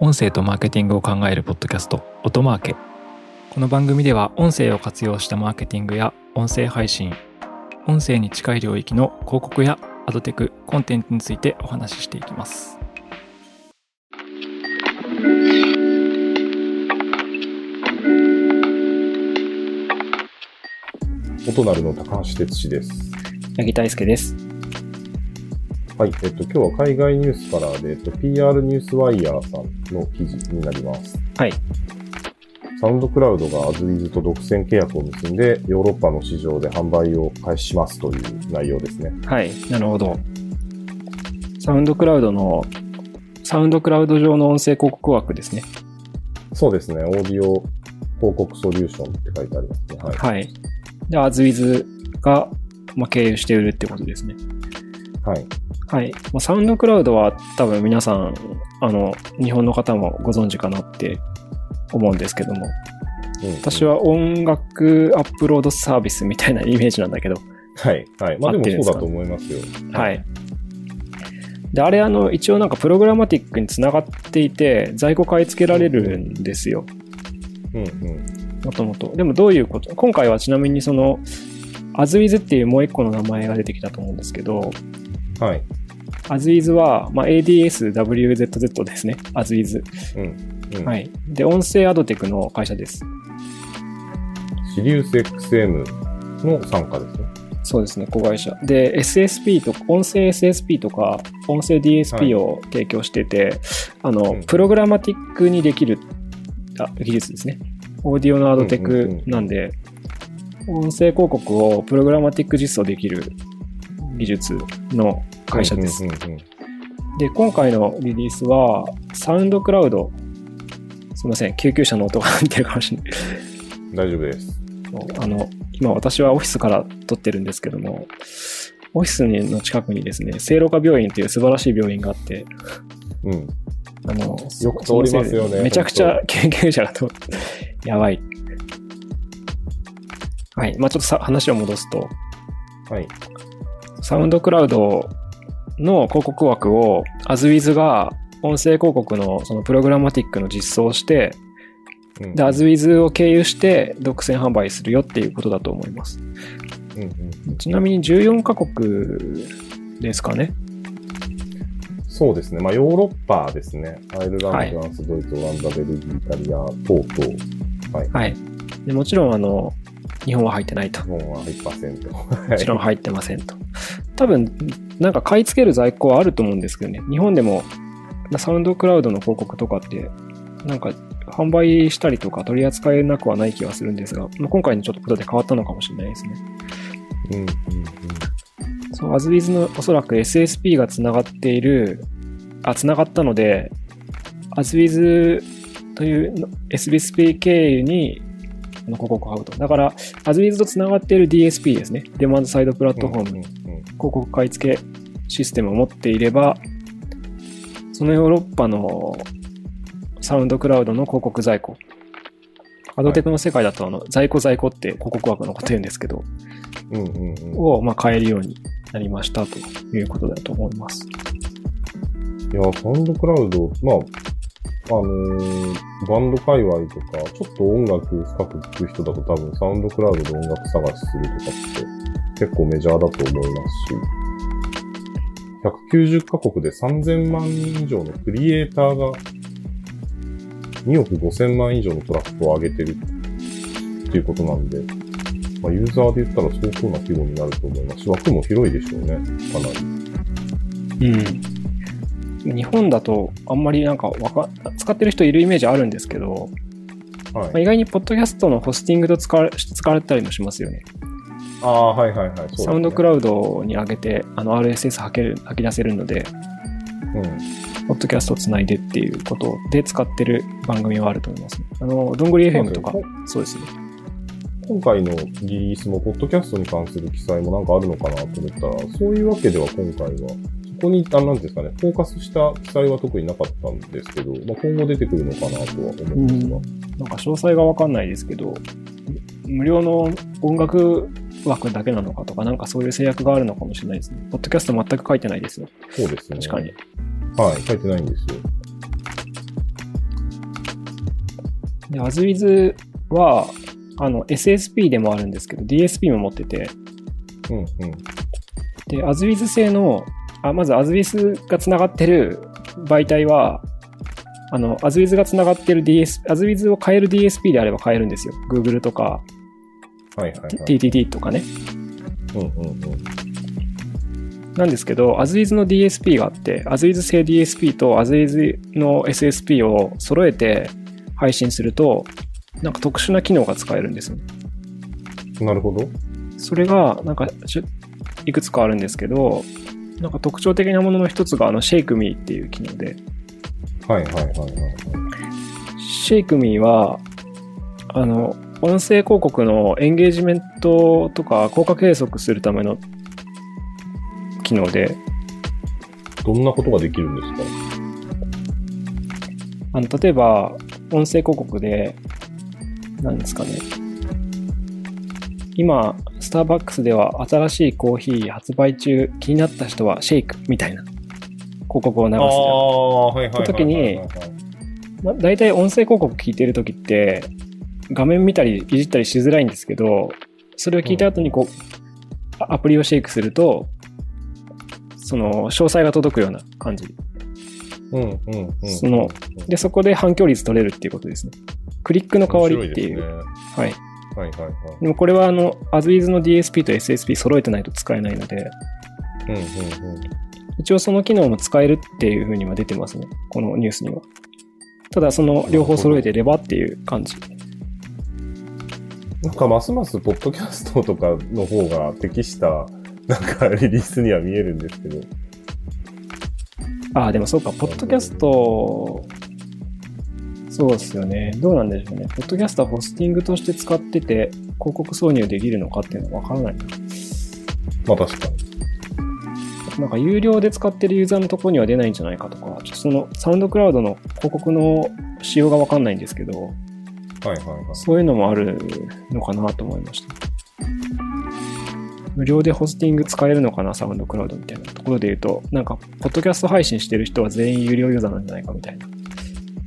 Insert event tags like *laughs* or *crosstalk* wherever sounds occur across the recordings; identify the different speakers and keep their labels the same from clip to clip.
Speaker 1: 音声とマーケティングを考えるポッドキャスト音マーケこの番組では音声を活用したマーケティングや音声配信音声に近い領域の広告やアドテクコンテンツについてお話ししていきます
Speaker 2: 音なるの高橋哲司です。
Speaker 1: 八木大輔です
Speaker 2: はい、えっと、今日は海外ニュースからで、えっと、PR ニュースワイヤーさんの記事になります。
Speaker 1: はい
Speaker 2: サウンドクラウドがアズイズと独占契約を結んで、ヨーロッパの市場で販売を開始しますという内容ですね。
Speaker 1: はいなるほどサウンドクラウドのサウンドクラウド上の音声広告枠ですね
Speaker 2: そうですね、オーディオ広告ソリューションって書いてありますね。はい。
Speaker 1: はいでアズウィズが、まあ、経由して売るってことですね
Speaker 2: はい。
Speaker 1: はい、まあ、サウンドクラウドは多分皆さんあの日本の方もご存知かなって思うんですけども
Speaker 2: うん
Speaker 1: 私。は音楽アップロードサービスみたいなイメージなんだけど
Speaker 2: はい。はい。まあ
Speaker 1: 合
Speaker 2: でも
Speaker 1: ってるんです
Speaker 2: そ
Speaker 1: か
Speaker 2: うだと思いますよ。
Speaker 1: はいであれあの一応なんかプログラマティックにつながっていて在庫買い付けられるんですよ
Speaker 2: うんうん。
Speaker 1: もともとでもどういうこと今回はちなみにその AzWiz っていうもう一個の名前が出てきたと思うんですけど
Speaker 2: はい。
Speaker 1: AzWiz は、まあ、ADSWZZ ですね AzWiz
Speaker 2: うん。
Speaker 1: は。い。で、音声アドテクの会社です。
Speaker 2: シリウス XM の傘下ですね。
Speaker 1: そうですね、子会社。で、SSP とか、音声 SSP とか、音声 DSP を提供してて、あの、
Speaker 2: うん
Speaker 1: プログラマティックにできるあ技術ですね。オーディオのアドテ
Speaker 2: うんうん
Speaker 1: ク
Speaker 2: うん
Speaker 1: なんで、音声広告をプログラマティック実装できる技術の会社です。
Speaker 2: うんうんうん
Speaker 1: で、今回のリリースは、サウンドクラウド、すいません、救急車の音が入ってるかもしれない。
Speaker 2: うん大丈夫です。
Speaker 1: あの、今私はオフィスから撮ってるんですけども、オフィスの近くにですね、聖路加病院という素晴らしい病院があって、
Speaker 2: うん。
Speaker 1: あの、
Speaker 2: よく通りますよね
Speaker 1: そのせいでめちゃくちゃ研究者が通って、やばい。はい。まあちょっとさ話を戻すと、
Speaker 2: はい。
Speaker 1: サウンドクラウドの広告枠を AzWiz が音声広告のそのプログラマティックの実装をして、
Speaker 2: うん
Speaker 1: で、AzWiz を経由して独占販売するよっていうことだと思います。
Speaker 2: うんうんうん
Speaker 1: ちなみに14カ国ですかね。
Speaker 2: そうですね。まあ、ヨーロッパですね。アイルランド、フランス、ドイツ、オランダ、ベルギー、イタリア等々、
Speaker 1: はい。でもちろん、あの、日本は入ってないと。
Speaker 2: 日
Speaker 1: も
Speaker 2: 本は入りませんと。
Speaker 1: ちろん入ってませんと。多分、なんか買い付ける在庫はあると思うんですけどね。日本でも、サウンドクラウドの広告とかって、なんか、販売したりとか取り扱えなくはない気がするんですが、まあ、今回のちょっとことで変わったのかもしれないですね。
Speaker 2: うんうんうん
Speaker 1: そう、アズビズのおそらく SSP がつながっている、あ、つながったので、アズビズというの SSP 経由にこの広告を買うと。だから、アズビズとつながっている DSP ですね。デマンドサイドプラットフォーム、広
Speaker 2: うんうん
Speaker 1: 告買い付けシステムを持っていれば、そのヨーロッパのサウンドクラウドの広告在庫。アドテクの世界だと、あの、在庫在庫って広告枠のこと言うんですけど、
Speaker 2: うんうんうんうん
Speaker 1: をまあ変えるようになりましたということだと思います。
Speaker 2: いや、サウンドクラウド、まあ、あのーバンド界隈とか、ちょっと音楽深く聴く人だと多分サウンドクラウドで音楽探しするとかって結構メジャーだと思いますし、190カ国で3000万人以上のクリエイターが2億5000万以上のトラックを上げてるっていうことなんで、まあ、ユーザーで言ったら相当な規模になると思いますし、枠も広いでしょうね、かなり。
Speaker 1: うん。日本だとあんまりなんかわか使ってる人いるイメージあるんですけど、
Speaker 2: は
Speaker 1: ま
Speaker 2: い
Speaker 1: あ、意外にポッドキャストのホスティングと使われ使われたりもしますよね。
Speaker 2: ああ、はいはいはい。そうですね
Speaker 1: サウンドクラウドに上げてあの RSS 吐ける吐き出せるので、
Speaker 2: うん。
Speaker 1: ポッドキャストをつないでっていうことで使ってる番組はあると思います、ね。あの、どんぐり FM とか
Speaker 2: そうで、
Speaker 1: そうですね。
Speaker 2: 今回のリリースも、ポッドキャストに関する記載もなんかあるのかなと思ったら、そういうわけでは今回は、そこに、あ、なんていうんですかね、フォーカスした記載は特になかったんですけど、まあ、今後出てくるのかなとは思うんですが、
Speaker 1: なんか詳細がわかんないですけど、無料の音楽枠だけなのかとか、なんかそういう制約があるのかもしれないですね。ポッドキャスト全く書いてないですよ。
Speaker 2: そうですね。
Speaker 1: 確かに。。
Speaker 2: はい、書いてないんですよ。
Speaker 1: で、AsWiz は、あの、SSP でもあるんですけど、DSP も持ってて、
Speaker 2: うんうん。
Speaker 1: で、AsWiz 製の、あまず AsWiz がつながってる媒体は、あの、AsWiz がつながってる DS、AsWiz を変える DSP であれば変えるんですよ。Google とか、
Speaker 2: はいはいはい。
Speaker 1: TTT とかね。
Speaker 2: うんうんうん。
Speaker 1: なんですけど、AsWiz の DSP があって、AsWiz 製 DSP と AsWiz の SSP を揃えて配信すると、なんか特殊な機能が使えるんですよね。
Speaker 2: なるほど。
Speaker 1: それが、なんか、しゅいくつかあるんですけど、なんか特徴的なものの一つが、あの、シェイクミーっていう機能で、
Speaker 2: はいはいはいはいはい。
Speaker 1: シェイクミーは、あの、音声広告のエンゲージメントとか効果計測するための機能で、
Speaker 2: どんなことができるんですか
Speaker 1: あの例えば音声広告で何ですかね今スターバックスでは新しいコーヒー発売中気になった人はシェイクみたいな広告を流す
Speaker 2: ああ、はいはいはいはいはいはい。
Speaker 1: その時にまあ、大体音声広告聞いてる時って画面見たりいじったりしづらいんですけどそれを聞いた後にこう、あアプリをシェイクするとその詳細が届くような感じ
Speaker 2: うんうんうん。
Speaker 1: その、でそこで反響率取れるっていうことですねクリックの代わりっていう、
Speaker 2: 面白です
Speaker 1: はい
Speaker 2: ねはいはいはい。
Speaker 1: でもこれはあの、AsWiz の DSP と SSP 揃えてないと使えないので、
Speaker 2: うんうんうん。
Speaker 1: 一応その機能も使えるっていうふうには出てますね。このニュースには。ただその両方揃えてればっていう感じ。
Speaker 2: なんかますますポッドキャストとかの方が適した、なんかリリースには見えるんですけど。
Speaker 1: ああ、でもそうか、ポッドキャスト、そうですよね。どうなんでしょうね。ポッドキャストはホスティングとして使ってて、広告挿入できるのかっていうのはわからないな。
Speaker 2: まあ確かに。
Speaker 1: なんか有料で使ってるユーザーのところには出ないんじゃないかとか、ちょっとそのサウンドクラウドの広告の仕様がわかんないんですけど、
Speaker 2: はいはいはい。
Speaker 1: そういうのもあるのかなと思いました。無料でホスティング使えるのかな、サウンドクラウドみたいなところで言うと、なんか、ポッドキャスト配信してる人は全員有料ユーザーなんじゃないかみたいな。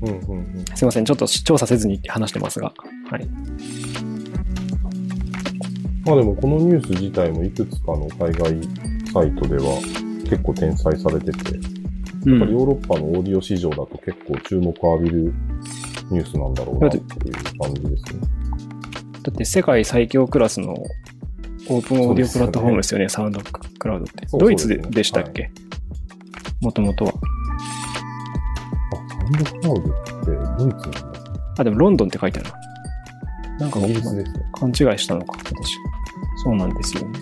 Speaker 2: うんうんうん。
Speaker 1: すいません、ちょっと調査せずに話してますが。はい。
Speaker 2: まあでもこのニュース自体もいくつかの海外サイトでは結構転載されてて、
Speaker 1: う
Speaker 2: やっぱり
Speaker 1: ん、
Speaker 2: ヨーロッパのオーディオ市場だと結構注目を浴びるニュースなんだろうなっていう感じですね。
Speaker 1: だって、世界最強クラスのオープンオーディオプラットフォームですよね、サウンドクラウドって。
Speaker 2: そうそう
Speaker 1: ドイツででしたっけもともとは。
Speaker 2: あ、サウンドクラウドってドイツなんだ。
Speaker 1: あ、でもロンドンって書いてあるな。なんか
Speaker 2: イギリスですね。
Speaker 1: 勘違いしたのか、私。そうなんですよね。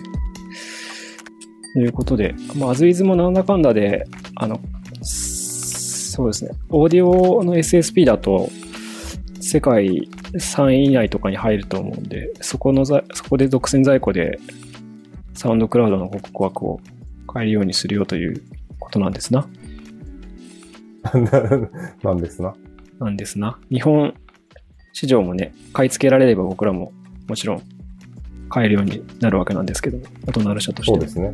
Speaker 1: ということで、まあ、アズイズもなんだかんだで、あの、s- そうですね、オーディオの SSP だと、世界3位以内とかに入ると思うんで、そこのざ、そこで独占在庫で、サウンドクラウドの広告枠を変えるようにするよということなんですな。
Speaker 2: なんですな。
Speaker 1: なんですな。日本市場もね、買い付けられれば僕らももちろん買えるようになるわけなんですけど、大人の社とし
Speaker 2: そう
Speaker 1: て
Speaker 2: で
Speaker 1: は。
Speaker 2: すね。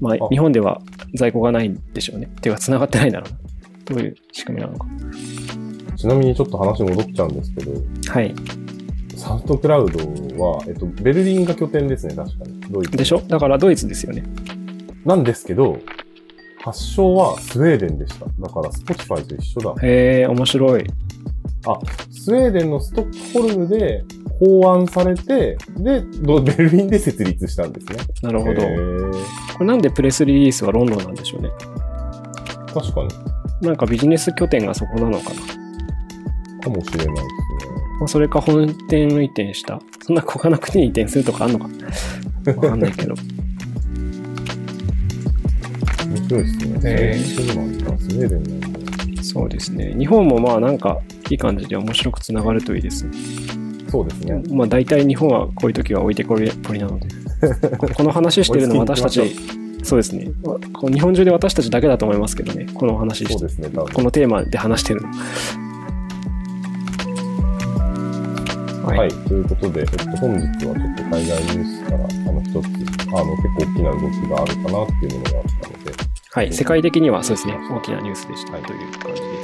Speaker 1: まあ
Speaker 2: あ、
Speaker 1: 日本では在庫がないんでしょうね。てか、繋がってないんだろうな。どういう仕組みなのか。
Speaker 2: ちなみにちょっと話戻っちゃうんですけど、
Speaker 1: はい。
Speaker 2: サウンドクラウドは、えっと、ベルリンが拠点ですね、確かに。ドイツ。
Speaker 1: でしょだからドイツですよね。
Speaker 2: なんですけど、発祥はスウェーデンでした。だから、スポティファイと一緒だ。
Speaker 1: へえ、面白い。
Speaker 2: スウェーデンのストックホルムで考案されて、で、ど *laughs* ベルリンで設立したんですね。
Speaker 1: なるほど。
Speaker 2: へ
Speaker 1: こ
Speaker 2: ー
Speaker 1: れなんでプレスリリースはロンドンなんでしょうね。
Speaker 2: 確かに、
Speaker 1: なんかビジネス拠点がそこなのかな。
Speaker 2: かもしれないですね。
Speaker 1: まあそれか本店を移転した。そんな他の国に移転するとかあんのかわかんないけど。
Speaker 2: 面白いですね。
Speaker 1: へー
Speaker 2: スウェーデンなんだ、スウェーデンなんだ。
Speaker 1: そうですね。日本もまあなんかいい感じで面白くつながるといいですね。
Speaker 2: そうですね。
Speaker 1: まあ大体日本はこういう時は置いてこりこりな
Speaker 2: *laughs*
Speaker 1: ので。ここの話してるの私た
Speaker 2: 追い
Speaker 1: ち
Speaker 2: つ、
Speaker 1: そうですね。まあこう日本中で私たちだけだと思いますけどね。このお話し
Speaker 2: そう
Speaker 1: て、
Speaker 2: ですね、多分。
Speaker 1: このテーマで話してるの。はい。
Speaker 2: はい、ということで、えっと、本日はちょっと海外ニュースから、あの、一つ、あの、結構大きな動きがあるかなっていうものがあったので、
Speaker 1: はい世界的にはそうですね。大きなニュースでした、
Speaker 2: はい
Speaker 1: という感じです。